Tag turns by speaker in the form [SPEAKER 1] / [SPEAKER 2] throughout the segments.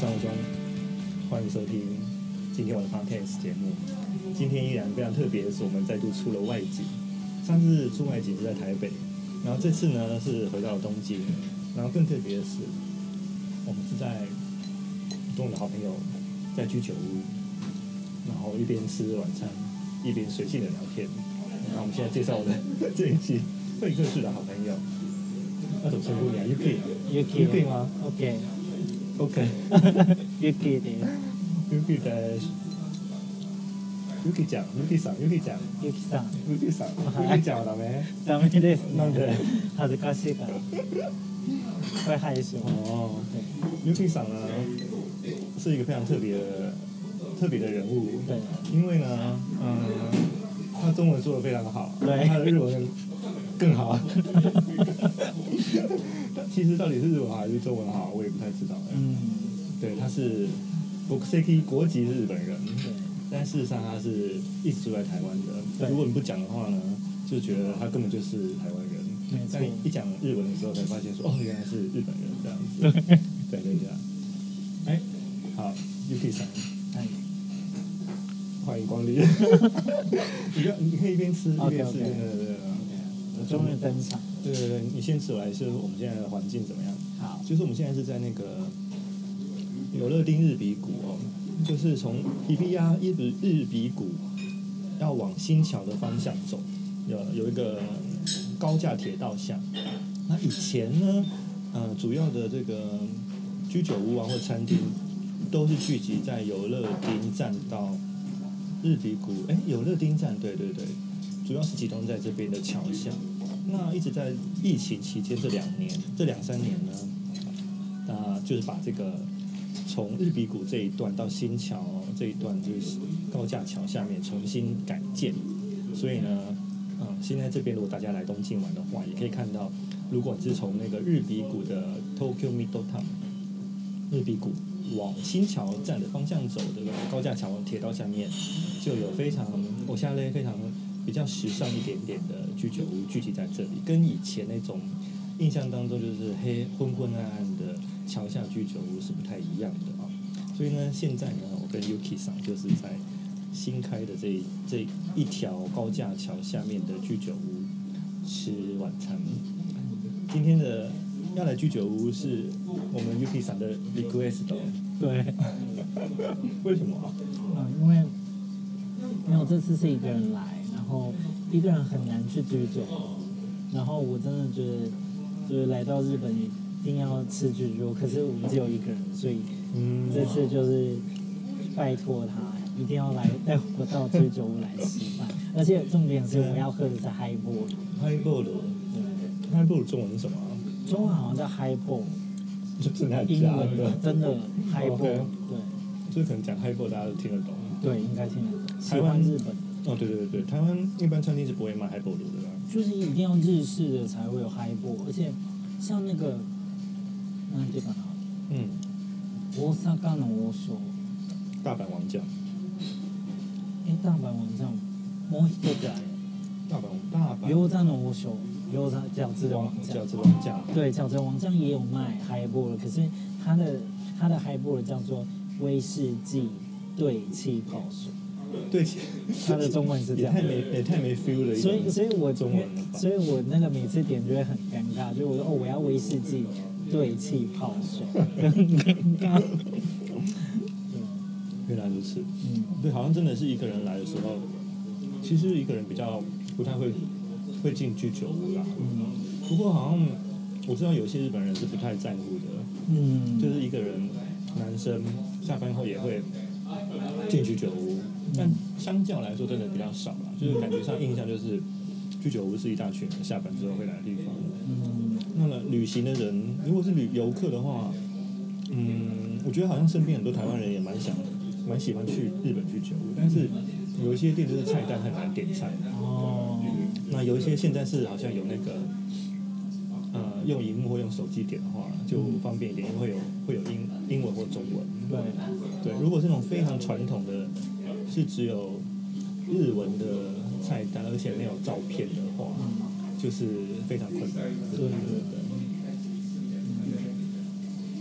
[SPEAKER 1] 张武中，欢迎收听今天我的 podcast 节目。今天依然非常特别，是我们再度出了外景。上次出外景是在台北，然后这次呢是回到了东京。然后更特别的是，我们是在跟我的好朋友在居酒屋，然后一边吃晚餐，一边随性的聊天。那我们现在介绍我的这一期会客室的好朋友，那怎么称呼你啊？UK，UK
[SPEAKER 2] Yuki
[SPEAKER 1] 吗
[SPEAKER 2] OK
[SPEAKER 1] ？OK。
[SPEAKER 2] Yuki 的
[SPEAKER 1] Yuki 的 Yuki 讲，Yuki さん、Yuki 讲
[SPEAKER 2] Yuki さん
[SPEAKER 1] ，Yuki さん、Yuki 讲はダ メ。
[SPEAKER 2] ダメです
[SPEAKER 1] なんで？
[SPEAKER 2] 恥ずかしいからこれ配信
[SPEAKER 1] 哦，Yuki さん呢是一个非常特别的特别的人物，
[SPEAKER 2] 对
[SPEAKER 1] 因为呢，嗯，他中文说的非常好，
[SPEAKER 2] 对
[SPEAKER 1] 他的日文更好。其实到底是日文好还是中文好，我也不太知道。
[SPEAKER 2] 嗯
[SPEAKER 1] 对，他是国籍国籍是日本人。
[SPEAKER 2] 对
[SPEAKER 1] 但事实上他是一直住在台湾的。
[SPEAKER 2] 对
[SPEAKER 1] 如果你不讲的话呢，就觉得他根本就是台湾人。
[SPEAKER 2] 没错
[SPEAKER 1] 但一讲日文的时候，才发现说哦，原来是日本人这样子。对， 对对对。哎，好，Yuki さん，
[SPEAKER 2] はい
[SPEAKER 1] 欢迎 光临。你要，你可以一边吃一
[SPEAKER 2] OK，
[SPEAKER 1] 边吃。
[SPEAKER 2] 哦 OK
[SPEAKER 1] 对对对对。
[SPEAKER 2] 我终于登场
[SPEAKER 1] 对对对，你先吃我来说我们现在的环境怎么样？
[SPEAKER 2] 好
[SPEAKER 1] 就是我们现在是在那个有乐町日比谷哦，就是从伊比亚日比日比谷要往新桥的方向走，有有一个高架铁道下。那以前呢，呃，主要的这个居酒屋啊或餐厅都是聚集在有乐町站到日比谷，哎，有乐町站，对对对，主要是集中在这边的桥下。那一直在疫情期间这两年、这两三年呢，那就是把这个从日比谷这一段到新桥这一段，就是高架桥下面重新改建。所以呢，嗯，现在这边如果大家来东京玩的话，也可以看到，如果你是从那个日比谷的 Tokyo Middletown 日比谷往新桥站的方向走的高架桥铁道下面，就有非常我下嘞非常比较时尚一点点的居酒屋聚集在这里，跟以前那种印象当中就是黑昏昏暗暗的桥下居酒屋是不太一样的啊、所以呢，现在呢，我跟 Yuki 上就是在新开的这一这一条高架桥下面的居酒屋吃晚餐。今天的要来居酒屋是我们 Yuki 上的 request 哦
[SPEAKER 2] 对
[SPEAKER 1] 为什么啊？
[SPEAKER 2] 嗯因为因为我这次是一个人来然后一个人很难去居酒屋然后我真的觉得就是来到日本一定要吃居酒屋可是我们只有一个人所以
[SPEAKER 1] 嗯
[SPEAKER 2] 这次就是拜托他一定要来带我到居酒屋来吃饭，而且重点是我要喝的是 high ball，
[SPEAKER 1] highball 的嗯 highball 中文是什么啊？
[SPEAKER 2] 中文好像叫 high ball，
[SPEAKER 1] 就是那
[SPEAKER 2] 英
[SPEAKER 1] 家
[SPEAKER 2] 文
[SPEAKER 1] 的，
[SPEAKER 2] 真的 high ball，
[SPEAKER 1] OK 就是可能讲 highball 大家都听得懂。
[SPEAKER 2] 对对，应该听得懂。喜
[SPEAKER 1] 台湾
[SPEAKER 2] 欢日本
[SPEAKER 1] 哦，对对对对，台湾一般餐厅是不会卖 highball 的啦。
[SPEAKER 2] 就是一定要日式的才会有 high ball，而且像那个，嗯，对吧？
[SPEAKER 1] 嗯，
[SPEAKER 2] 大阪の王将，
[SPEAKER 1] 大阪王将，
[SPEAKER 2] 哎，大阪王将，もう一つあれ，
[SPEAKER 1] 大阪大阪
[SPEAKER 2] 餃子の王将，餃子饺子的王将
[SPEAKER 1] 饺。子王将，
[SPEAKER 2] 对，饺子王酱也有卖嗨波了，可是它的它的嗨波叫做威士忌兑气泡水，
[SPEAKER 1] 对，
[SPEAKER 2] 它的中文是这
[SPEAKER 1] 也
[SPEAKER 2] 样
[SPEAKER 1] 太。没也太没 feel 了一种。
[SPEAKER 2] 所以，所以我
[SPEAKER 1] 中文了吧
[SPEAKER 2] 所以我那个每次点就会很尴尬，就我说哦，我要威士忌兑气泡水，很尴尬。对
[SPEAKER 1] 原来如此，
[SPEAKER 2] 嗯，
[SPEAKER 1] 对，好像真的是一个人来的时候，其实一个人比较不太会会进居酒屋啦。
[SPEAKER 2] 嗯
[SPEAKER 1] 不过好像我知道有些日本人是不太在乎的，
[SPEAKER 2] 嗯，
[SPEAKER 1] 就是一个人，男生下班后也会进居酒屋，但相较来说真的比较少啦。就是感觉上印象就是居酒屋是一大群人下班之后会来的地方。
[SPEAKER 2] 嗯
[SPEAKER 1] 那么旅行的人，如果是旅游客的话，嗯，我觉得好像身边很多台湾人也蛮想蛮喜欢去日本居酒屋，但是有一些店就是菜单很难点菜。
[SPEAKER 2] 哦，
[SPEAKER 1] 那有一些现在是好像有那个，呃，用荧幕或用手机点的话，就方便一点，因为会有会有英英文或中文。
[SPEAKER 2] 对，
[SPEAKER 1] 对，如果是那种非常传统的，是只有日文的菜单，而且没有照片的话，就是非常困难。
[SPEAKER 2] 对对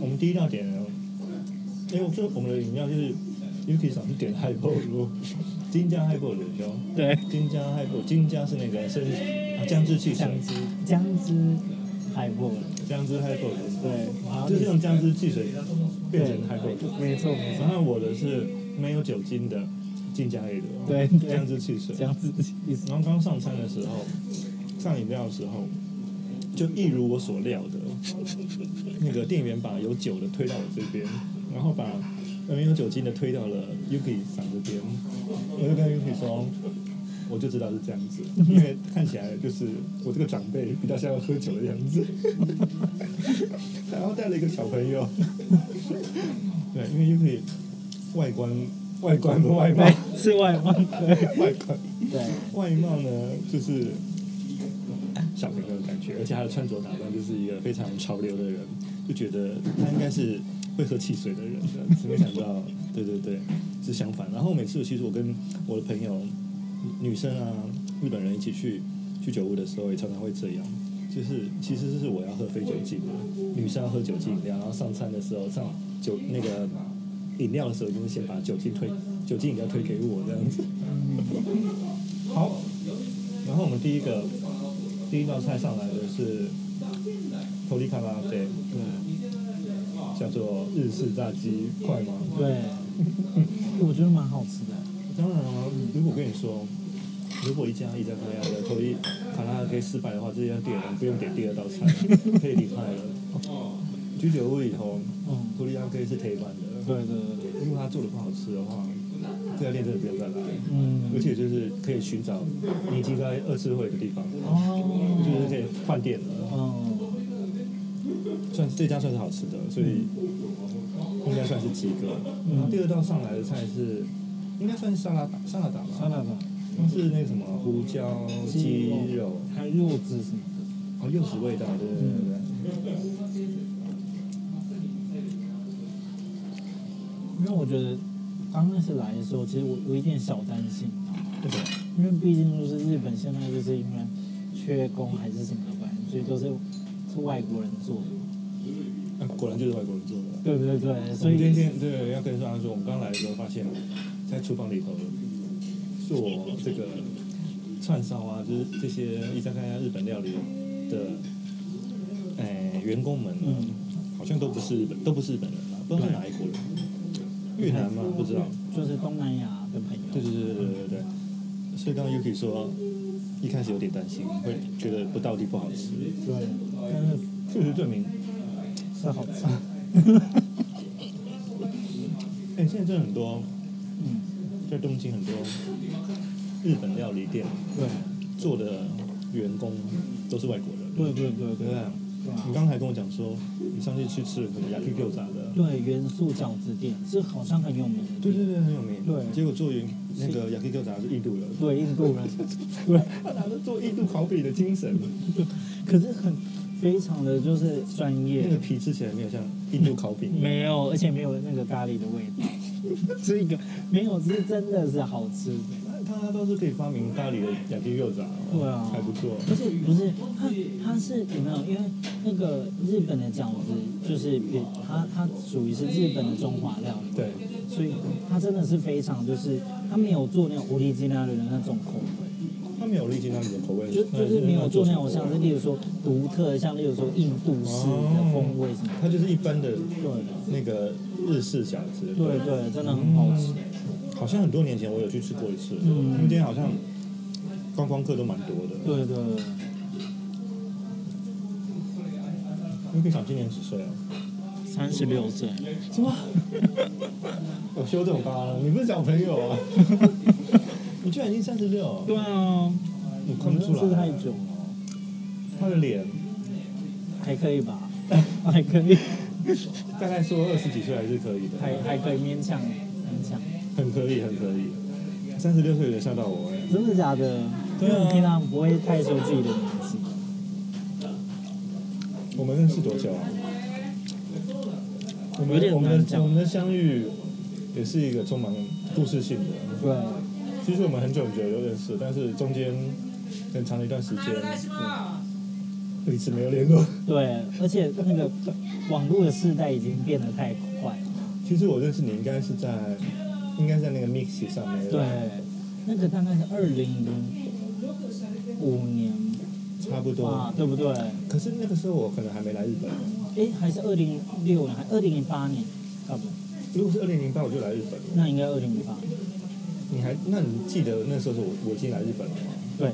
[SPEAKER 1] 我们第一道点呢，因为就是我们的饮料就是 Yuki 想是点海波炉， 金加海波炉哟，
[SPEAKER 3] 对，
[SPEAKER 1] 金加海波，金加是那个是、啊、姜汁汽水，
[SPEAKER 2] 姜汁姜汁海波，
[SPEAKER 1] 姜汁海波炉，
[SPEAKER 2] 对，然后
[SPEAKER 1] 就是用姜汁汽水变成海波炉。
[SPEAKER 3] 没错没错，
[SPEAKER 1] 然后我的是没有酒精的金加黑的，
[SPEAKER 3] 对对
[SPEAKER 1] 姜汁汽水
[SPEAKER 3] 这。 样子意思。
[SPEAKER 1] 然后刚上餐的时候，上饮料的时候，就一如我所料的，那个店员把有酒的推到我这边，然后把呃没有酒精的推到了 Yuki 嗓这边，我就跟 Yuki 说。我就知道是这样子，因为看起来就是我这个长辈比较像要喝酒的样子，然后带了一个小朋友，对，因为 Yuki 外观外观跟 外貌
[SPEAKER 3] 对，是外貌，对，
[SPEAKER 1] 外观
[SPEAKER 2] 对，
[SPEAKER 1] 外貌呢，就是小朋友的感觉，而且他的穿着打扮就是一个非常潮流的人，就觉得他应该是会喝汽水的人，这样子没想到，对对对，是相反。然后每次其实我跟我的朋友女生啊，日本人一起去去酒屋的时候，也常常会这样。就是，其实是我要喝非酒精的，女生要喝酒精饮料，然后上餐的时候上酒那个饮料的时候，就是先把酒精推酒精饮料推给我这样子。好，然后我们第一个第一道菜上来的是 t o r i k a r a 嗯叫做日式炸鸡块吗？
[SPEAKER 2] 对，我觉得蛮好吃的。
[SPEAKER 1] 当然了，如果跟你说，如果一家一家这样的 t o r i k a r a 可以失败的话，这家店不用点第二道菜，可以离开了。居酒屋里头
[SPEAKER 2] 嗯，
[SPEAKER 1] t o r i k a 是铁板的，
[SPEAKER 2] 对对对，
[SPEAKER 1] 如果他做的不好吃的话，这家店真的不用再来。而
[SPEAKER 2] 嗯，
[SPEAKER 1] 且就是可以寻找你已经在二次会的地方，就
[SPEAKER 2] 哦，
[SPEAKER 1] 是可以换店了。
[SPEAKER 2] 嗯，
[SPEAKER 1] 算是这家算是好吃的，所以应该算是及格。
[SPEAKER 2] 嗯
[SPEAKER 1] 然后第二道上来的菜是，应该算是沙拉达沙拉达
[SPEAKER 2] 沙
[SPEAKER 1] 吧，
[SPEAKER 2] 拉吧，
[SPEAKER 1] 是那个什么胡椒鸡
[SPEAKER 2] 鸡
[SPEAKER 1] 肉，
[SPEAKER 2] 还有柚子什么的，
[SPEAKER 1] 哦，柚子味道，对对对对对。
[SPEAKER 2] 因为我觉得刚开始来的时候，其实我有一点小担心，
[SPEAKER 1] 对对
[SPEAKER 2] 因为毕竟就是日本现在就是因为缺工还是什么的关系，所以都是是外国人做的，
[SPEAKER 1] 啊果然就是外国人做的。
[SPEAKER 2] 对不对？对，
[SPEAKER 1] 我
[SPEAKER 2] 所
[SPEAKER 1] 们今
[SPEAKER 2] 以
[SPEAKER 1] 天对要跟大家说，我们刚来的时候发现，在厨房里头做这个串烧啊，就是这些一家看家日本料理的，哎、员工们、啊，好像都不是日本，都不是日本人啊，不知道是哪一国人，越南吗？不知道。
[SPEAKER 2] 就是东南亚的朋友，
[SPEAKER 1] 对对对对对对对。所以刚刚 Yuki 说，一开始有点担心，会觉得不到底不好吃。
[SPEAKER 2] 对，但是
[SPEAKER 1] 事实证明，
[SPEAKER 2] 是好 吃，
[SPEAKER 1] 哎、现在真的很多，
[SPEAKER 2] 嗯，
[SPEAKER 1] 在东京很多日本料理店。
[SPEAKER 2] 对，
[SPEAKER 1] 做的员工都是外国人，
[SPEAKER 2] 对对对
[SPEAKER 1] 对不
[SPEAKER 2] 对，
[SPEAKER 1] 对？
[SPEAKER 2] 对啊
[SPEAKER 1] 你刚才跟我讲说，你上次去吃了什么 Yakiku 炸的，
[SPEAKER 2] 对，元素饺子店是好像很有名的，
[SPEAKER 1] 对对对，很有名。
[SPEAKER 2] 对
[SPEAKER 1] 结果做员那个 Yakiku 炸的是印 度人，
[SPEAKER 2] 对，印度人，对，
[SPEAKER 1] 他拿着做印度烤饼的精神，
[SPEAKER 2] 可是很非常的就是专
[SPEAKER 1] 那个
[SPEAKER 2] 业，
[SPEAKER 1] 皮吃起来没有像印度烤饼，
[SPEAKER 2] 没有，而且没有那个咖喱的味道， 是一个没有是真的是好吃的，
[SPEAKER 1] 他他倒是可以发明咖喱的 Yakiku 炸，
[SPEAKER 2] 对啊
[SPEAKER 1] 还不错。
[SPEAKER 2] 不是不是，它它是有没有？因为那个日本的饺子就是比它它属于是日本的中华料理，
[SPEAKER 1] 对，
[SPEAKER 2] 所以它真的是非常就是它没有做那种无理鸡那的那种口味。
[SPEAKER 1] 他没有历经那里的口味，
[SPEAKER 2] 就
[SPEAKER 1] 那
[SPEAKER 2] 就是没有做那种像是
[SPEAKER 1] 是
[SPEAKER 2] 例如说独特，像例如说印度式的风味什么
[SPEAKER 1] 他就是一般的
[SPEAKER 2] 的。
[SPEAKER 1] 那个日式饺子，
[SPEAKER 2] 对对对，真的很好吃。
[SPEAKER 1] 好像很多年前我有去吃过一次，
[SPEAKER 2] 嗯
[SPEAKER 1] 因为今天好像观光客都蛮多的。
[SPEAKER 2] 对对对，
[SPEAKER 1] 因为想今年几岁啊？
[SPEAKER 2] 三十六岁，
[SPEAKER 1] 什么？我修正吧，你不是小朋友啊？ 你居然已经三十六，
[SPEAKER 2] 对啊，
[SPEAKER 1] 我
[SPEAKER 2] 可
[SPEAKER 1] 看
[SPEAKER 2] 能
[SPEAKER 1] 不出
[SPEAKER 2] 吃
[SPEAKER 1] 来
[SPEAKER 2] 太
[SPEAKER 1] 啊。
[SPEAKER 2] 久了，
[SPEAKER 1] 他的脸
[SPEAKER 2] 还可以 吧，还可以，
[SPEAKER 1] 大概说二十几岁还是可以的，
[SPEAKER 2] 还还可以勉强勉强，
[SPEAKER 1] 很可以，很可以。三十六岁有点吓到我哎、
[SPEAKER 2] 真的假的？因
[SPEAKER 1] 对啊
[SPEAKER 2] 为平常不会太说自己的年纪，
[SPEAKER 1] 我们认识多久啊？我
[SPEAKER 2] 有
[SPEAKER 1] 们
[SPEAKER 2] 点
[SPEAKER 1] 我们
[SPEAKER 2] 难
[SPEAKER 1] 的
[SPEAKER 2] 讲
[SPEAKER 1] 我们的相遇也是一个充满故事性的。
[SPEAKER 2] 对，
[SPEAKER 1] 其实我们很久很久就认识，但是中间很长的一段时间，嗯对彼此没有联络。
[SPEAKER 2] 对，而且那个网络的世代已经变得太快了，
[SPEAKER 1] 其实我认识你应该是在，应该在那个 Mix 上面。
[SPEAKER 2] 对，那个大概是二零零五年
[SPEAKER 1] 差不多。，
[SPEAKER 2] 吧对不对？
[SPEAKER 1] 可是那个时候我可能还没来日本。
[SPEAKER 2] 哎，还是二零六年，还二零零八年，差不多。
[SPEAKER 1] 如果是二零零八，我就来日本了。
[SPEAKER 2] 那应该二零零八。
[SPEAKER 1] 你还那你记得那时候是我我已经来日本了吗？
[SPEAKER 2] 对，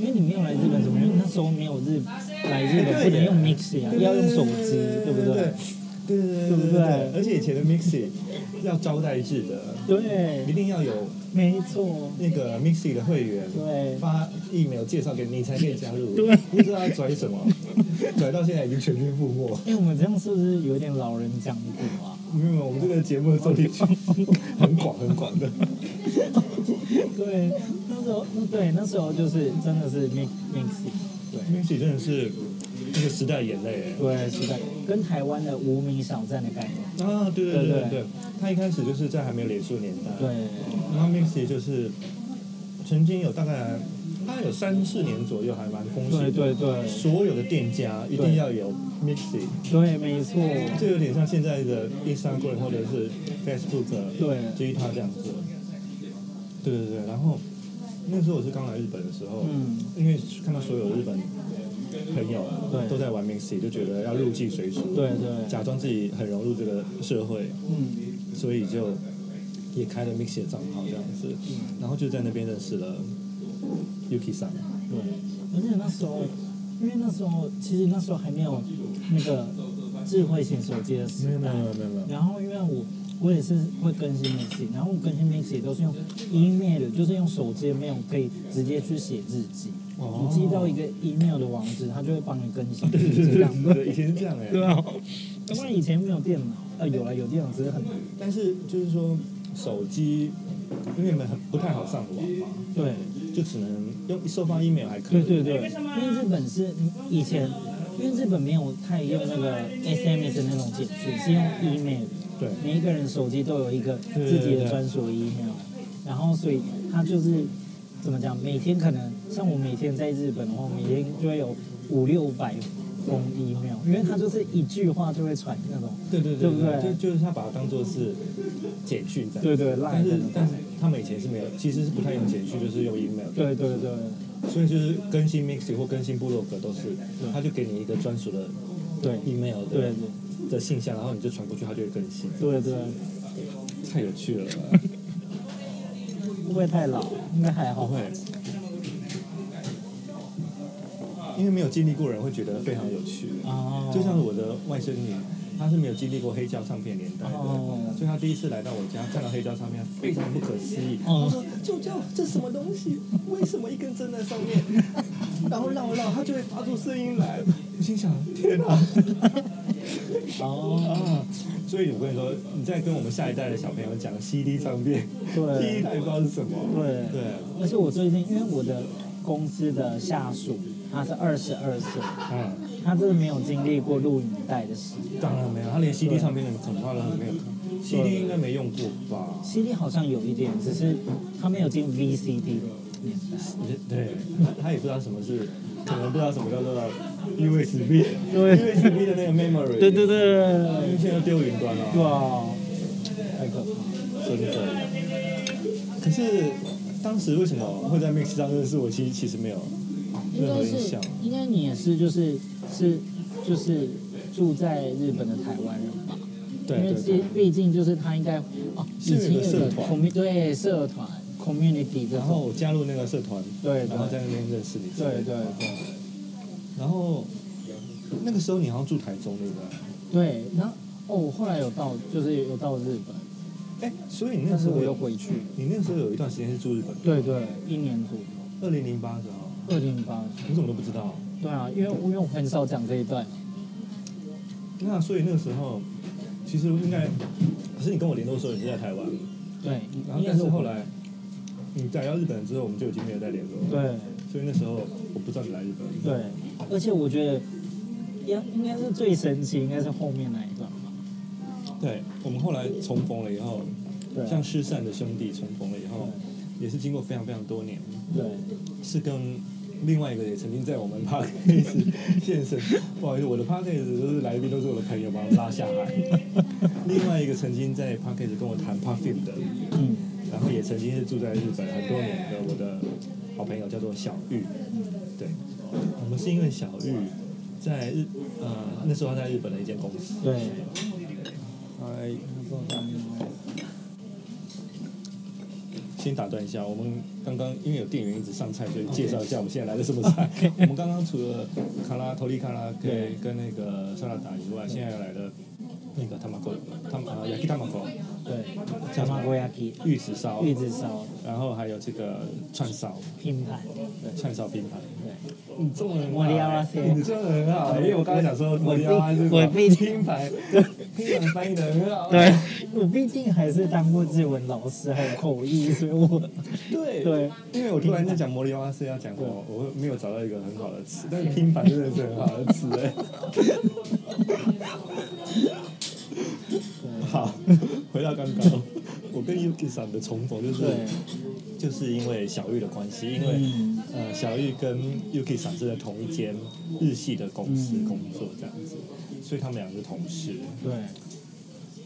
[SPEAKER 2] 因为你没有来日本，怎么用？那时候没有日来日本，
[SPEAKER 1] 哎对
[SPEAKER 2] 不能
[SPEAKER 1] 耶
[SPEAKER 2] 用 Mixi 啊，要用手机，对不对？
[SPEAKER 1] 对对
[SPEAKER 2] 对不对
[SPEAKER 1] 而且以前的 Mixi 要招待制的，一
[SPEAKER 2] 对，
[SPEAKER 1] 定要有
[SPEAKER 2] 没错，
[SPEAKER 1] 那个 Mixi 的会员
[SPEAKER 2] 对
[SPEAKER 1] 发 email 介绍给你，你才可以加入。
[SPEAKER 2] 对
[SPEAKER 1] 不知道拽什么，拽到现在已经全军覆没。
[SPEAKER 2] 哎，我们这样是不是有点老人讲古 啊？
[SPEAKER 1] 没有，没有，我们这个节目的受力很广很广的。
[SPEAKER 2] 对，那时候，那对，那时候就是真的是 Mix Mixi，对
[SPEAKER 1] Mixi 真的是那个时代眼泪
[SPEAKER 2] 对，是的，跟台湾的无名小站的概念，
[SPEAKER 1] 哎。啊，对对
[SPEAKER 2] 对
[SPEAKER 1] 对
[SPEAKER 2] 对
[SPEAKER 1] 对，他一开始就是在还没有脸书的年代。
[SPEAKER 2] 对，
[SPEAKER 1] 然后 Mixi 就是曾经有大概大概有三四年左右，还蛮风行的。
[SPEAKER 2] 对对对
[SPEAKER 1] 所有的店家一定要有 Mixi，
[SPEAKER 2] 对，没错，
[SPEAKER 1] 这有点像现在的 Instagram 或者是 Facebook、
[SPEAKER 2] 对
[SPEAKER 1] t w 这样子。对对对，然后那时候我是刚来日本的时候，
[SPEAKER 2] 嗯，
[SPEAKER 1] 因为看到所有日本朋友
[SPEAKER 2] 对
[SPEAKER 1] 都在玩 Mixi，就觉得要入境随俗，
[SPEAKER 2] 对对，
[SPEAKER 1] 假装自己很融入这个社会，
[SPEAKER 2] 嗯，
[SPEAKER 1] 所以就也开了 Mixi 的账号这样子，
[SPEAKER 2] 嗯
[SPEAKER 1] 然后就在那边认识了 Yuki 桑。
[SPEAKER 2] 对，而且那时候，因为那时候其实那时候还没有那个智慧型手机的时
[SPEAKER 1] 没有没
[SPEAKER 2] 代
[SPEAKER 1] 有，没有没有没有，
[SPEAKER 2] 然后因为我我也是会更新 Mixi，然后我更新 Mixi 都是用 email，就是用手机的 mail 可以直接去写日记，
[SPEAKER 1] 哦
[SPEAKER 2] 你寄到一个 email 的网址，它就会帮你更新
[SPEAKER 1] 对
[SPEAKER 2] 日
[SPEAKER 1] 对
[SPEAKER 2] 记这样
[SPEAKER 1] 对
[SPEAKER 2] 子。
[SPEAKER 1] 对，以前是这样哎、
[SPEAKER 2] 啊，因为以前没有电脑，呃，有了有电脑只是很难。
[SPEAKER 1] 但是就是说，手机因为你们很不太好上网嘛，
[SPEAKER 2] 对，
[SPEAKER 1] 就只能用收发 email 还可
[SPEAKER 2] 对
[SPEAKER 1] 以。
[SPEAKER 2] 对对，因为日本是以前，因为日本没有太用那个 SMS 那种简讯，是用 email，
[SPEAKER 1] 对
[SPEAKER 2] 每一个人手机都有一个
[SPEAKER 1] 对
[SPEAKER 2] 自己的专属 email，然后所以他就是怎么讲，每天可能像我每天在日本的话，每天就会有五六百封 email，因为他就是一句话就会传那种，
[SPEAKER 1] 对对
[SPEAKER 2] 对不对
[SPEAKER 1] 就就是他把它当做是简讯在。
[SPEAKER 2] 对对
[SPEAKER 1] 但
[SPEAKER 2] line
[SPEAKER 1] 是
[SPEAKER 2] 的那
[SPEAKER 1] 但
[SPEAKER 2] 种，
[SPEAKER 1] 是他们以前是没有，其实是不太用简讯，就是用 email，
[SPEAKER 2] 对对对
[SPEAKER 1] 所以就是更新 Mixi 或更新部落格都是，他就给你一个专属的
[SPEAKER 2] 对
[SPEAKER 1] email
[SPEAKER 2] 对
[SPEAKER 1] 的的信箱，然后你就传过去，它就会更新，
[SPEAKER 2] 对对对，
[SPEAKER 1] 太有趣了吧。
[SPEAKER 2] 会不会太老？应该还
[SPEAKER 1] 不
[SPEAKER 2] 好。
[SPEAKER 1] 啊会，因为没有经历过，人会觉得非常有趣。
[SPEAKER 2] 哦，
[SPEAKER 1] 就像我的外甥女，她是没有经历过黑胶唱片年代的，
[SPEAKER 2] 哦
[SPEAKER 1] 所以她第一次来到我家，看到黑胶唱片，非常不可思议。
[SPEAKER 2] 哦
[SPEAKER 1] 她说：“舅舅，这什么东西？为什么一根针在上 面？然后绕一绕，它就会发出声音来。”我心想：“天 哪！”
[SPEAKER 2] 哦。
[SPEAKER 1] 啊，所以我跟你说，你在跟我们下一代的小朋友讲 CD 唱片，
[SPEAKER 2] 对
[SPEAKER 1] 第一代不知道是什么，
[SPEAKER 2] 对
[SPEAKER 1] 对，
[SPEAKER 2] 而且我最近，因为我的公司的下属他是二十二岁，
[SPEAKER 1] 嗯。
[SPEAKER 2] 他真的没有经历过录影带的时代。
[SPEAKER 1] 当然没有，他连 CD 唱片恐怕都没有看，CD 应该没用过吧？
[SPEAKER 2] CD 好像有一点，只是他没有进 VCD 的年代。
[SPEAKER 1] 对，他也不知道什么是，可能不知道什么叫做 USB，
[SPEAKER 2] 对
[SPEAKER 1] USB 的那个 memory，
[SPEAKER 2] 对
[SPEAKER 1] 因
[SPEAKER 2] 对，
[SPEAKER 1] 为现在丢云端了，
[SPEAKER 2] 哇，太可怕！
[SPEAKER 1] 真的。可是当时为什么会在 Mix 上认识我？其实其实没有
[SPEAKER 2] 应
[SPEAKER 1] 任何
[SPEAKER 2] 该
[SPEAKER 1] 印
[SPEAKER 2] 是
[SPEAKER 1] 象。，
[SPEAKER 2] 应该你也是，就是是就是住在日本的台湾人吧？
[SPEAKER 1] 对
[SPEAKER 2] 因为
[SPEAKER 1] 对对
[SPEAKER 2] 毕，毕竟就是他应该哦，
[SPEAKER 1] 是
[SPEAKER 2] 已经
[SPEAKER 1] 有个社团
[SPEAKER 2] commu 对社团 community 这
[SPEAKER 1] 然
[SPEAKER 2] 种，
[SPEAKER 1] 后加入那个社团，
[SPEAKER 2] 对
[SPEAKER 1] 然后在那边认识你。
[SPEAKER 2] 对对对。
[SPEAKER 1] 然后那个时候你好像住台中对不对？
[SPEAKER 2] 对，然后哦，我后来有到，就是有到日本，
[SPEAKER 1] 哎，所以你那
[SPEAKER 2] 但
[SPEAKER 1] 时
[SPEAKER 2] 是
[SPEAKER 1] 候
[SPEAKER 2] 我又
[SPEAKER 1] 有，
[SPEAKER 2] 回去。
[SPEAKER 1] 你那时候有一段时间是住日本的。
[SPEAKER 2] 对对，一年左右，
[SPEAKER 1] 二零零八时候，
[SPEAKER 2] 二零零八。
[SPEAKER 1] 你怎么都不知道？
[SPEAKER 2] 对啊，因为我因为我很少讲这一段。
[SPEAKER 1] 那所以那个时候，其实应该，可是你跟我联络的时候，你是在台湾，
[SPEAKER 2] 对，
[SPEAKER 1] 然后
[SPEAKER 2] 因为
[SPEAKER 1] 但是
[SPEAKER 2] 我
[SPEAKER 1] 后来，你来到日本之后，我们就已经没有再联络了。
[SPEAKER 2] 对
[SPEAKER 1] 所以那时候我不知道你来日本。
[SPEAKER 2] 对，而且我觉得应应该是最神奇，应该是后面那一段吧。
[SPEAKER 1] 对，我们后来重逢了以后，
[SPEAKER 2] 对
[SPEAKER 1] 像失散的兄弟重逢了以后，也是经过非常非常多年，
[SPEAKER 2] 对，
[SPEAKER 1] 是跟。另外一个也曾经在我们 p a r k a s 现身，不好意思，我的 p a r k a s 都是来宾都是我的朋友把我拉下海。你另外一个曾经在 p a c k a g e 跟我谈 perfume 的，
[SPEAKER 2] 嗯，
[SPEAKER 1] 然后也曾经是住在日本很多年的我的好朋友叫做小玉，对，我们是因为小玉在日呃那时候他在日本的一间公司，
[SPEAKER 2] 对，
[SPEAKER 3] 哎，
[SPEAKER 2] 那做蛋糕，
[SPEAKER 1] 先打断一下，我们刚刚因为有店员一直上菜，所以介绍一下我们现在来的什么菜。我们刚刚除了卡拉、头利卡拉跟
[SPEAKER 2] 对
[SPEAKER 1] 跟那个沙拉达以外，现在来的那个 tamago、tam 啊 yaki tamago
[SPEAKER 2] 对，加麻锅 yaki，
[SPEAKER 1] 玉子烧，
[SPEAKER 2] 玉子烧
[SPEAKER 1] 然后还有这个串烧，
[SPEAKER 2] 拼盘，
[SPEAKER 1] 串烧拼盘。
[SPEAKER 2] 对，
[SPEAKER 1] 你中文
[SPEAKER 2] 莫里亚拉斯
[SPEAKER 1] 你中文很好，因为我刚才想说莫里亚拉是
[SPEAKER 2] 我必
[SPEAKER 1] 拼盘，拼盘翻译的很好。
[SPEAKER 2] 对我毕竟还是当过日文老师，还有口译，所以我
[SPEAKER 1] 对
[SPEAKER 2] 对，
[SPEAKER 1] 因为我突然在讲魔力花是要讲我，我没有找到一个很好的词，但是拼盘真的是很好的词哎、好，回到刚刚，我跟 Yuki 上的重逢就是
[SPEAKER 2] 对，
[SPEAKER 1] 就是因为小玉的关系，因为、
[SPEAKER 2] 嗯
[SPEAKER 1] 呃小玉跟 Yuki 上是在同一间日系的公司
[SPEAKER 2] 嗯
[SPEAKER 1] 工作这样子，所以他们俩是同事。
[SPEAKER 2] 对，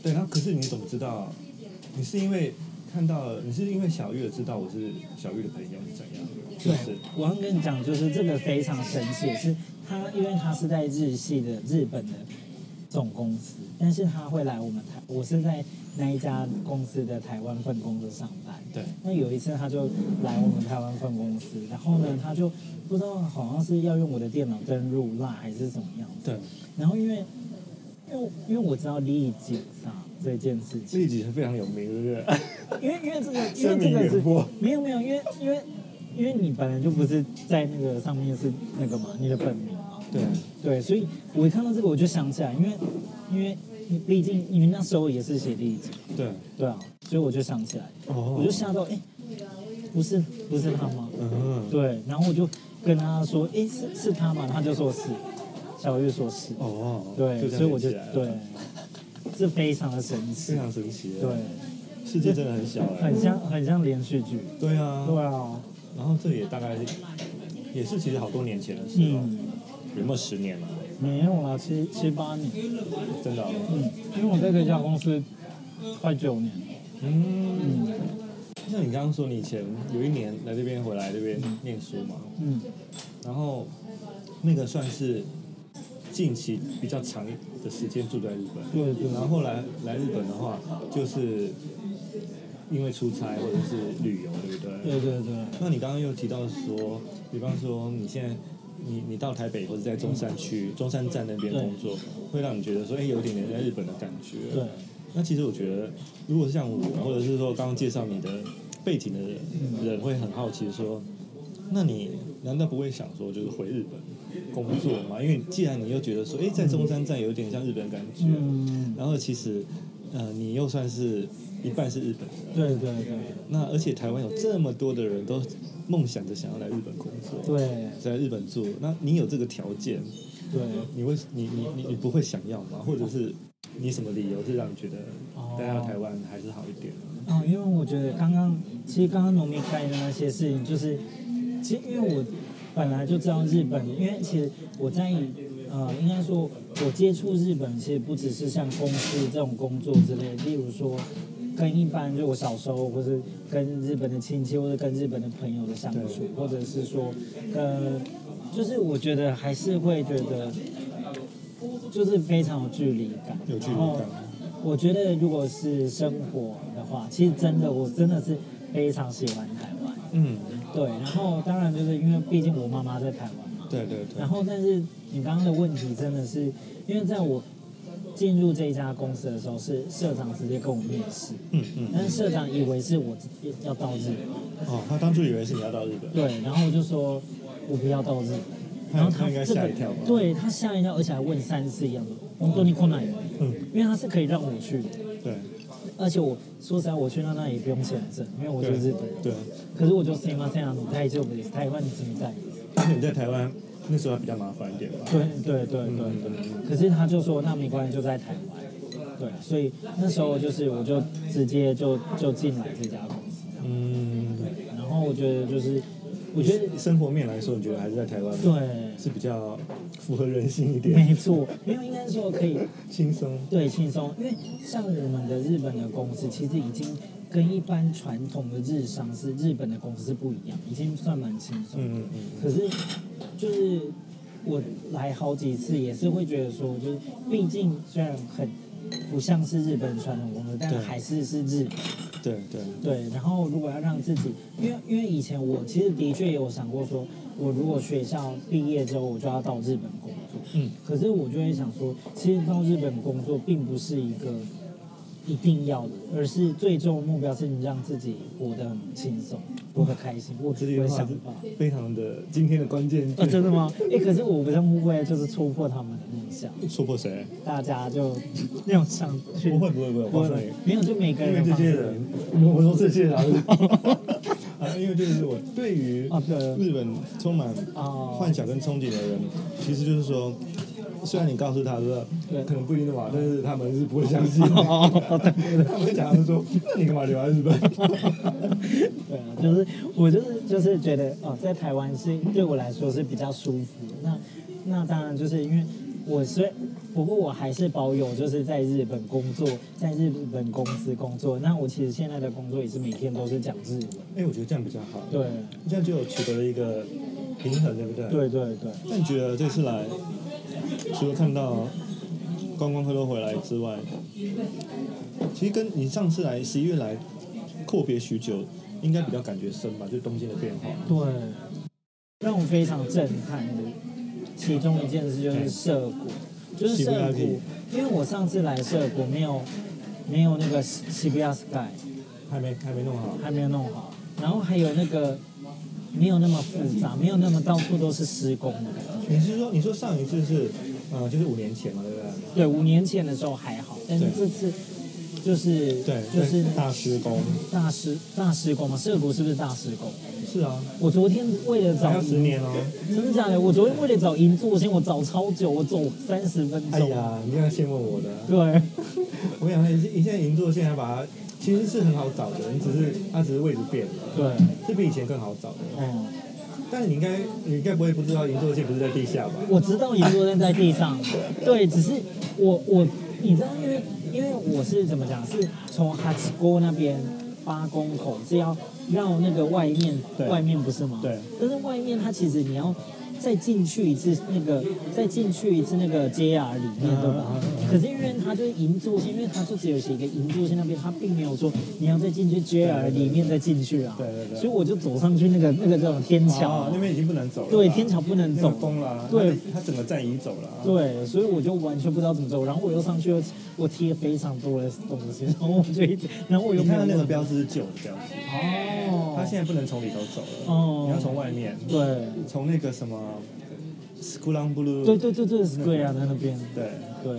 [SPEAKER 1] 对，然后可是你怎么知道？你是因为看到了，你是因为小玉的知道我是小玉的朋友，是怎样？就
[SPEAKER 2] 对
[SPEAKER 1] 是，
[SPEAKER 2] 我要跟你讲，就是这个非常神奇，是他因为他是在日系的日本的总公司，但是他会来我们台，我是在那一家公司的台湾分公司上班。
[SPEAKER 1] 对
[SPEAKER 2] 那有一次他就来我们台湾分公司，然后呢，他就不知道好像是要用我的电脑登入 l 还是怎么样子。
[SPEAKER 1] 对，
[SPEAKER 2] 然后因为因为因为我知道利己上这件事情，
[SPEAKER 1] 这一集是非常有名，对不对？
[SPEAKER 2] 因为因为这个，因
[SPEAKER 1] 声
[SPEAKER 2] 为这
[SPEAKER 1] 名
[SPEAKER 2] 个
[SPEAKER 1] 远
[SPEAKER 2] 是
[SPEAKER 1] 播
[SPEAKER 2] 没有没有，因为因为因为你本来就不是在那个上面是那个嘛，你的本名嘛，
[SPEAKER 1] 对，
[SPEAKER 2] 对，所以我一看到这个我就想起来，因为因为你毕竟因为那时候也是写第一集，
[SPEAKER 1] 对，
[SPEAKER 2] 对啊，所以我就想起来，
[SPEAKER 1] 哦
[SPEAKER 2] 我就吓到，哎、不是不是他吗？
[SPEAKER 1] 嗯，
[SPEAKER 2] 对，然后我就跟他说，哎、是是他吗？他就说是，小月说是，
[SPEAKER 1] 哦，
[SPEAKER 2] 对，
[SPEAKER 1] 就这样
[SPEAKER 2] 所以我就
[SPEAKER 1] 连起来了
[SPEAKER 2] 对，这非常的神
[SPEAKER 1] 非
[SPEAKER 2] 奇，
[SPEAKER 1] 常神奇，啊
[SPEAKER 2] 对，，
[SPEAKER 1] 世界真的很小哎
[SPEAKER 2] 很，像很像连续剧。
[SPEAKER 1] 对啊，
[SPEAKER 2] 对啊，
[SPEAKER 1] 然后这也大概是也是其实好多年前的事了，
[SPEAKER 2] 嗯，
[SPEAKER 1] 有没有十年了？
[SPEAKER 2] 没有啦，七七八年，
[SPEAKER 1] 真的哦，
[SPEAKER 2] 嗯，因为我在这家公司快九年，
[SPEAKER 1] 嗯，像你刚刚说你以前有一年来这边回来这边念书嘛，
[SPEAKER 2] 嗯，
[SPEAKER 1] 然后那个算是近期比较长的时间住在日本，
[SPEAKER 2] 对对
[SPEAKER 1] 然后后来来日本的话，就是因为出差或者是旅游，对不对？
[SPEAKER 2] 对对对，
[SPEAKER 1] 那你刚刚又提到说，比方说你现在你你到台北或者在中山区、中山站那边
[SPEAKER 2] 嗯对
[SPEAKER 1] 工作，会让你觉得说，哎、有点点在日本的感觉。
[SPEAKER 2] 对，
[SPEAKER 1] 那其实我觉得，如果是像我，或者是说刚刚介绍你的背景的人，人会很好奇说，那你难道不会想说，就是回日本工作吗？因为既然你又觉得说，哎、在中山站有点像日本感觉，
[SPEAKER 2] 嗯，
[SPEAKER 1] 然后其实，呃，你又算是一半是日本人，
[SPEAKER 2] 对对对
[SPEAKER 1] 那而且台湾有这么多的人都梦想着想要来日本工作，
[SPEAKER 2] 对
[SPEAKER 1] 在日本住，那你有这个条件，
[SPEAKER 2] 对，
[SPEAKER 1] 你会你你你你不会想要吗？或者是你什么理由是让你觉得
[SPEAKER 2] 哦
[SPEAKER 1] 待到台湾还是好一点？
[SPEAKER 2] 哦，因为我觉得刚刚其实刚刚农民开的那些事情，就是其实因为我本来就知道日本，因为其实我在呃，应该说我接触日本，其实不只是像公司这种工作之类，例如说跟一般就我小时候，或是跟日本的亲戚，或者跟日本的朋友的相处，或者是说跟，就是我觉得还是会觉得。就是非常有距离感，
[SPEAKER 1] 有距离
[SPEAKER 2] 然后
[SPEAKER 1] 感
[SPEAKER 2] 我觉得如果是生活的话，其实真的我真的是非常喜欢台湾。
[SPEAKER 1] 嗯，
[SPEAKER 2] 对，然后当然就是因为毕竟我妈妈在台湾嘛。
[SPEAKER 1] 对对对
[SPEAKER 2] 然，后但是你刚刚的问题真的是，因为在我进入这一家公司的时候，是社长直接跟我面试，
[SPEAKER 1] 嗯嗯，
[SPEAKER 2] 但是社长以为是我要到日本，
[SPEAKER 1] 哦，他当初以为是你要到日本，
[SPEAKER 2] 对，然后我就说我不要到日本。
[SPEAKER 1] 他
[SPEAKER 2] 然后他
[SPEAKER 1] 他应该
[SPEAKER 2] 这
[SPEAKER 1] 吓
[SPEAKER 2] 个
[SPEAKER 1] 一跳吧？，
[SPEAKER 2] 对他吓一跳，而且还问三次一样的，我说你困难，
[SPEAKER 1] 嗯
[SPEAKER 2] 因为他是可以让我去的，
[SPEAKER 1] 对
[SPEAKER 2] 而且我说实在，我去到那里也不用签证，因为我就是日本人。
[SPEAKER 1] 对，
[SPEAKER 2] 可是我就 say 嘛，这样你太久了，台湾你怎么带？
[SPEAKER 1] 而且你在台湾那时候还比较麻烦一点吧？
[SPEAKER 2] 对对对对对。可是他就说那没关系，就在台湾。对，所以那时候就是我就直接就就进来这家公司，
[SPEAKER 1] 嗯，
[SPEAKER 2] 然后我觉得就是我觉得
[SPEAKER 1] 生活面来说，你觉得还是在台湾
[SPEAKER 2] 对，
[SPEAKER 1] 是比较符合人性一点，
[SPEAKER 2] 没错，没有应该说可以
[SPEAKER 1] 轻松。
[SPEAKER 2] 对轻松，因为像我们的日本的公司，其实已经跟一般传统的日商是日本的公司是不一样，已经算蛮轻松的。
[SPEAKER 1] 嗯嗯嗯，
[SPEAKER 2] 可是就是我来好几次，也是会觉得说，就是毕竟虽然很不像是日本传统公司，但
[SPEAKER 1] 对
[SPEAKER 2] 还是是日本。
[SPEAKER 1] 对对
[SPEAKER 2] 对，然后如果要让自己，因为因为以前我其实的确也有想过说，我如果学校毕业之后我就要到日本工作，
[SPEAKER 1] 嗯，
[SPEAKER 2] 可是我就会想说，其实到日本工作并不是一个一定要的，而是最终目标是你让自己活得很轻松，活得开心。我
[SPEAKER 1] 这
[SPEAKER 2] 自己
[SPEAKER 1] 句
[SPEAKER 2] 的
[SPEAKER 1] 话
[SPEAKER 2] 想
[SPEAKER 1] 是
[SPEAKER 2] 法。
[SPEAKER 1] 非常的今天的关键
[SPEAKER 2] 啊，真
[SPEAKER 1] 句，
[SPEAKER 2] 的吗？哎、可是我不知道会不会就是戳破他们的梦想，
[SPEAKER 1] 戳破谁？
[SPEAKER 2] 大 家就那种 想去
[SPEAKER 1] 不会不会不会，
[SPEAKER 2] 不
[SPEAKER 1] 我告
[SPEAKER 2] 会
[SPEAKER 1] 诉你，
[SPEAKER 2] 没有就每个
[SPEAKER 1] 因
[SPEAKER 2] 人
[SPEAKER 1] 为这
[SPEAKER 2] 的方
[SPEAKER 1] 些
[SPEAKER 2] 式
[SPEAKER 1] 人，我说这些人啊，因为就是我对于
[SPEAKER 2] 啊对
[SPEAKER 1] 日本充满
[SPEAKER 2] 哦
[SPEAKER 1] 幻想跟憧憬的人，其实就是说，虽然你告诉他说
[SPEAKER 2] 对
[SPEAKER 1] 可能不一定的嘛，但是他们是不会相信 的。
[SPEAKER 2] 哦对对对
[SPEAKER 1] 他们讲的说，那你干嘛留在日本？
[SPEAKER 2] 对啊，就是我就是就是觉得哦，在台湾是对我来说是比较舒服的。那那当然就是因为我虽不过我还是保有就是在日本工作，在日本公司工作。那我其实现在的工作也是每天都是讲日文。
[SPEAKER 1] 哎，我觉得这样比较好，
[SPEAKER 2] 对
[SPEAKER 1] 这样就有取得了一个平衡，对不对？。
[SPEAKER 2] 对对对，
[SPEAKER 1] 但你觉得这次来，除了看到观光客都回来之外，其实跟你上次来十一月来阔别许久，应该比较感觉深吧？就东京的变化。
[SPEAKER 2] 对，让我非常震撼的其中一件事就是涉谷，就是涉
[SPEAKER 1] 喜不拉
[SPEAKER 2] 谷，因为我上次来涉谷没有没有那个西比亚 sky
[SPEAKER 1] 还没还没弄好。
[SPEAKER 2] 还没有弄好，然后还有那个没有那么复杂，没有那么到处都是施工的感觉。
[SPEAKER 1] 你是说你说上一次是，呃，就是五年前嘛，对不对？
[SPEAKER 2] 对，五年前的时候还好，但是
[SPEAKER 1] 对
[SPEAKER 2] 这次就是就是
[SPEAKER 1] 在大施工。
[SPEAKER 2] 大施大施工嘛，涉谷是不是大施工？
[SPEAKER 1] 是啊，
[SPEAKER 2] 我昨天为了
[SPEAKER 1] 还
[SPEAKER 2] 找
[SPEAKER 1] 要十年哦。
[SPEAKER 2] 真的假的？我昨天为了找银座线，我找超久，我走三十分
[SPEAKER 1] 哎
[SPEAKER 2] 钟。
[SPEAKER 1] 呀，你这样先问我的啊。
[SPEAKER 2] 对，
[SPEAKER 1] 我想你现在银座现在把它其实是很好找的，你只是它只是位置变了，
[SPEAKER 2] 对，
[SPEAKER 1] 是比以前更好找的。
[SPEAKER 2] 嗯，
[SPEAKER 1] 但是你应该你应该不会不知道银座线不是在地下吧？
[SPEAKER 2] 我知道银座站在地上，对，只是我我你知道，因为因为我是怎么讲，是从哈奇沟那边八公口是要绕那个外面，
[SPEAKER 1] 对
[SPEAKER 2] 外面不是吗？
[SPEAKER 1] 对。
[SPEAKER 2] 但是外面它其实你要再进去一次那个，再进去一次那个 JR 里面，对吧？
[SPEAKER 1] 嗯嗯嗯
[SPEAKER 2] 可是因为它就是银座线，因为它就只有写一个银座线那边，它并没有说你要再进去 JR 里面再进去啊。
[SPEAKER 1] 对对对
[SPEAKER 2] 所以我就走上去那个那个叫什么天桥、
[SPEAKER 1] 啊那边已经不能走了吧。
[SPEAKER 2] 对，天桥不能
[SPEAKER 1] 那个
[SPEAKER 2] 走。
[SPEAKER 1] 封了啊，
[SPEAKER 2] 对
[SPEAKER 1] 它它整个站移走了啊。
[SPEAKER 2] 对，所以我就完全不知道怎么走，然后我又上去又我贴非常多的东西，然后我就一直，然后我又
[SPEAKER 1] 你
[SPEAKER 2] 没
[SPEAKER 1] 看到
[SPEAKER 2] 有
[SPEAKER 1] 那个
[SPEAKER 2] 问
[SPEAKER 1] 标志是旧的标志，
[SPEAKER 2] 哦，
[SPEAKER 1] 它现在不能从里头走了，
[SPEAKER 2] 哦
[SPEAKER 1] 你要从外面，
[SPEAKER 2] 对
[SPEAKER 1] 从那个什么 s c o o l a n b l u
[SPEAKER 2] 对对对对 Square 啊在那边，
[SPEAKER 1] 对，
[SPEAKER 2] 对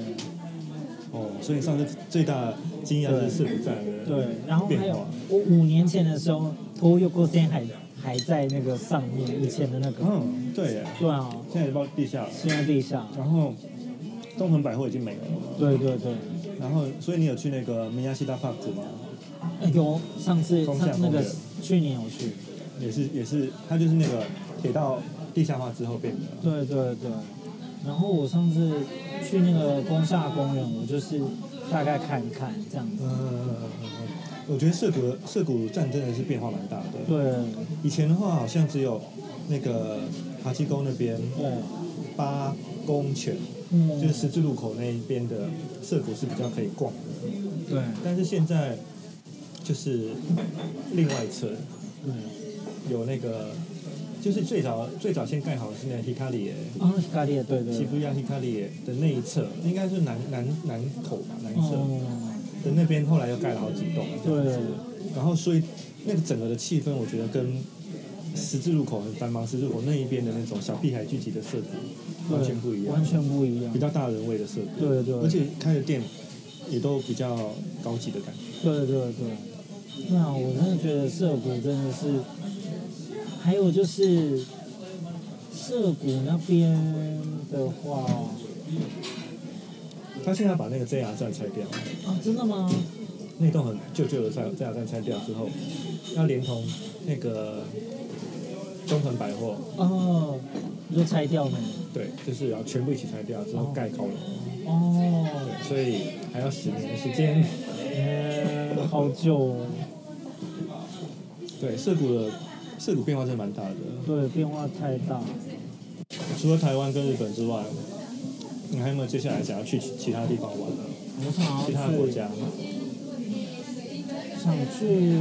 [SPEAKER 1] 哦，所以你上次最大的惊讶就是四不站的
[SPEAKER 2] 对，然后还
[SPEAKER 1] 变
[SPEAKER 2] 有
[SPEAKER 1] 化。
[SPEAKER 2] 我五年前的时候，t o y o k o s e n 还还在那个上面，以前的那个，
[SPEAKER 1] 嗯，对耶，
[SPEAKER 2] 对啊，
[SPEAKER 1] 现在也到地下了。
[SPEAKER 2] 现在地下，
[SPEAKER 1] 然后东横百货已经没有了，
[SPEAKER 2] 对对对，
[SPEAKER 1] 然后所以你有去那个明亚西大 park 吗？
[SPEAKER 2] 哎有上次
[SPEAKER 1] 风
[SPEAKER 2] 上
[SPEAKER 1] 向
[SPEAKER 2] 那个
[SPEAKER 1] 公园
[SPEAKER 2] 去年有去，
[SPEAKER 1] 也是也是，它就是那个铁道地下化之后变的。
[SPEAKER 2] 对对对，然后我上次去那个宫下公园，我就是大概看一看这样子。
[SPEAKER 1] 嗯，我觉得涩谷涩谷站真的是变化蛮大的。
[SPEAKER 2] 对
[SPEAKER 1] 以前的话好像只有那个哈七沟那边
[SPEAKER 2] 对，
[SPEAKER 1] 八公犬，
[SPEAKER 2] 嗯，
[SPEAKER 1] 就是十字路口那一边的涩谷是比较可以逛的，
[SPEAKER 2] 对
[SPEAKER 1] 但是现在就是另外一侧
[SPEAKER 2] 对
[SPEAKER 1] 有那个，就是最早最早先盖好的是那个 Hikari 耶
[SPEAKER 2] 啊，咖喱对对
[SPEAKER 1] 西
[SPEAKER 2] 对，
[SPEAKER 1] 部亚 Hikari 的那一侧，应该是南南南口吧，南侧
[SPEAKER 2] 哦，
[SPEAKER 1] 的那边后来又盖了好几栋，啊
[SPEAKER 2] 对
[SPEAKER 1] 然后所以那个整个的气氛，我觉得跟十字路口很繁忙，十字路口那一边的那种小屁孩聚集的社
[SPEAKER 2] 对
[SPEAKER 1] 团完全不一样
[SPEAKER 2] 完，全不一样
[SPEAKER 1] 比，较大人味的社团，
[SPEAKER 2] 对对，
[SPEAKER 1] 而且开的店也都比较高级的感觉。
[SPEAKER 2] 对对对，那我真的觉得涩谷真的是，还有就是涩谷那边的话，
[SPEAKER 1] 他现在把那个 JR 站拆掉，
[SPEAKER 2] 啊，真的吗？
[SPEAKER 1] 那栋很旧旧的 JR 站拆掉之后，要连同那个中恒百货，
[SPEAKER 2] 哦，你就拆掉吗？
[SPEAKER 1] 对，就是要全部一起拆掉之后盖高楼，
[SPEAKER 2] 哦，
[SPEAKER 1] 所以还要十年的时间。
[SPEAKER 2] 嗯，好久、哦，
[SPEAKER 1] 对，涩谷的涩谷变化真的蛮大的，
[SPEAKER 2] 对，变化太大。
[SPEAKER 1] 除了台湾跟日本之外，你还有没有接下来想要去其其他地方玩？
[SPEAKER 2] 我想要
[SPEAKER 1] 其他的国
[SPEAKER 2] 去，
[SPEAKER 1] 家？
[SPEAKER 2] 想去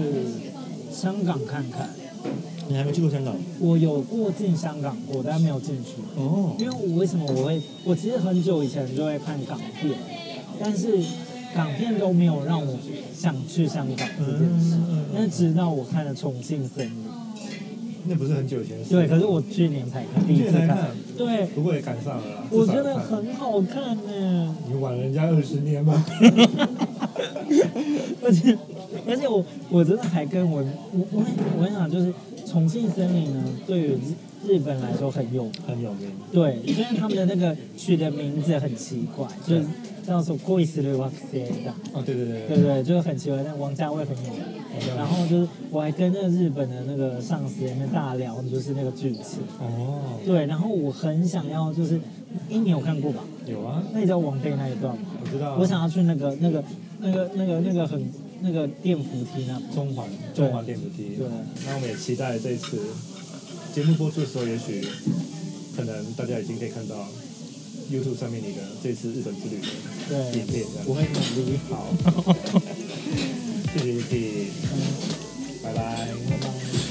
[SPEAKER 2] 香港看看。
[SPEAKER 1] 你还没去过香港？
[SPEAKER 2] 我有过进香港过，但没有进去。
[SPEAKER 1] 哦
[SPEAKER 2] 因为我为什么我会，我其实很久以前就会看港片，但是港片都没有让我想去香港这件事。那、直到我看了《重庆森林》，
[SPEAKER 1] 嗯那不是很久以前的事。
[SPEAKER 2] 对，可是我去年才看，第一次
[SPEAKER 1] 去年才
[SPEAKER 2] 看
[SPEAKER 1] 看，
[SPEAKER 2] 对，
[SPEAKER 1] 不过也赶上了啦。至
[SPEAKER 2] 我
[SPEAKER 1] 少
[SPEAKER 2] 觉
[SPEAKER 1] 有
[SPEAKER 2] 得
[SPEAKER 1] 看
[SPEAKER 2] 很好看呢、
[SPEAKER 1] 你晚人家二十年 吧。
[SPEAKER 2] 而且而且我我真的还跟我我我我跟你讲，就是《重庆森林》呢，对于日日本来说很有名。
[SPEAKER 1] 很有名。
[SPEAKER 2] 对，因为他们的那个取的名字很奇怪，就是叫做 g o i s l w a x e
[SPEAKER 1] 哦，对对对
[SPEAKER 2] 对不对？就是很奇怪，但王家卫很有名。然后就是我还跟那个日本的那个上司在那边大聊，就是那个剧情。
[SPEAKER 1] 哦，
[SPEAKER 2] 对，然后我很想要，就是因为你有看过吧？
[SPEAKER 1] 有啊，
[SPEAKER 2] 那你知道王菲那一段吗？
[SPEAKER 1] 我知道啊。
[SPEAKER 2] 我想要去那个那个那个那个那个很那个电扶梯那边。
[SPEAKER 1] 中环中环电子梯。
[SPEAKER 2] 对
[SPEAKER 1] 那我们也期待这次节目播出的时候，也许可能大家已经可以看到 YouTube 上面你的这次日本之旅的
[SPEAKER 2] 对
[SPEAKER 1] 影，片，这样子。
[SPEAKER 2] 我 会努力好。
[SPEAKER 1] 谢谢 Yuki，拜拜。
[SPEAKER 2] 拜拜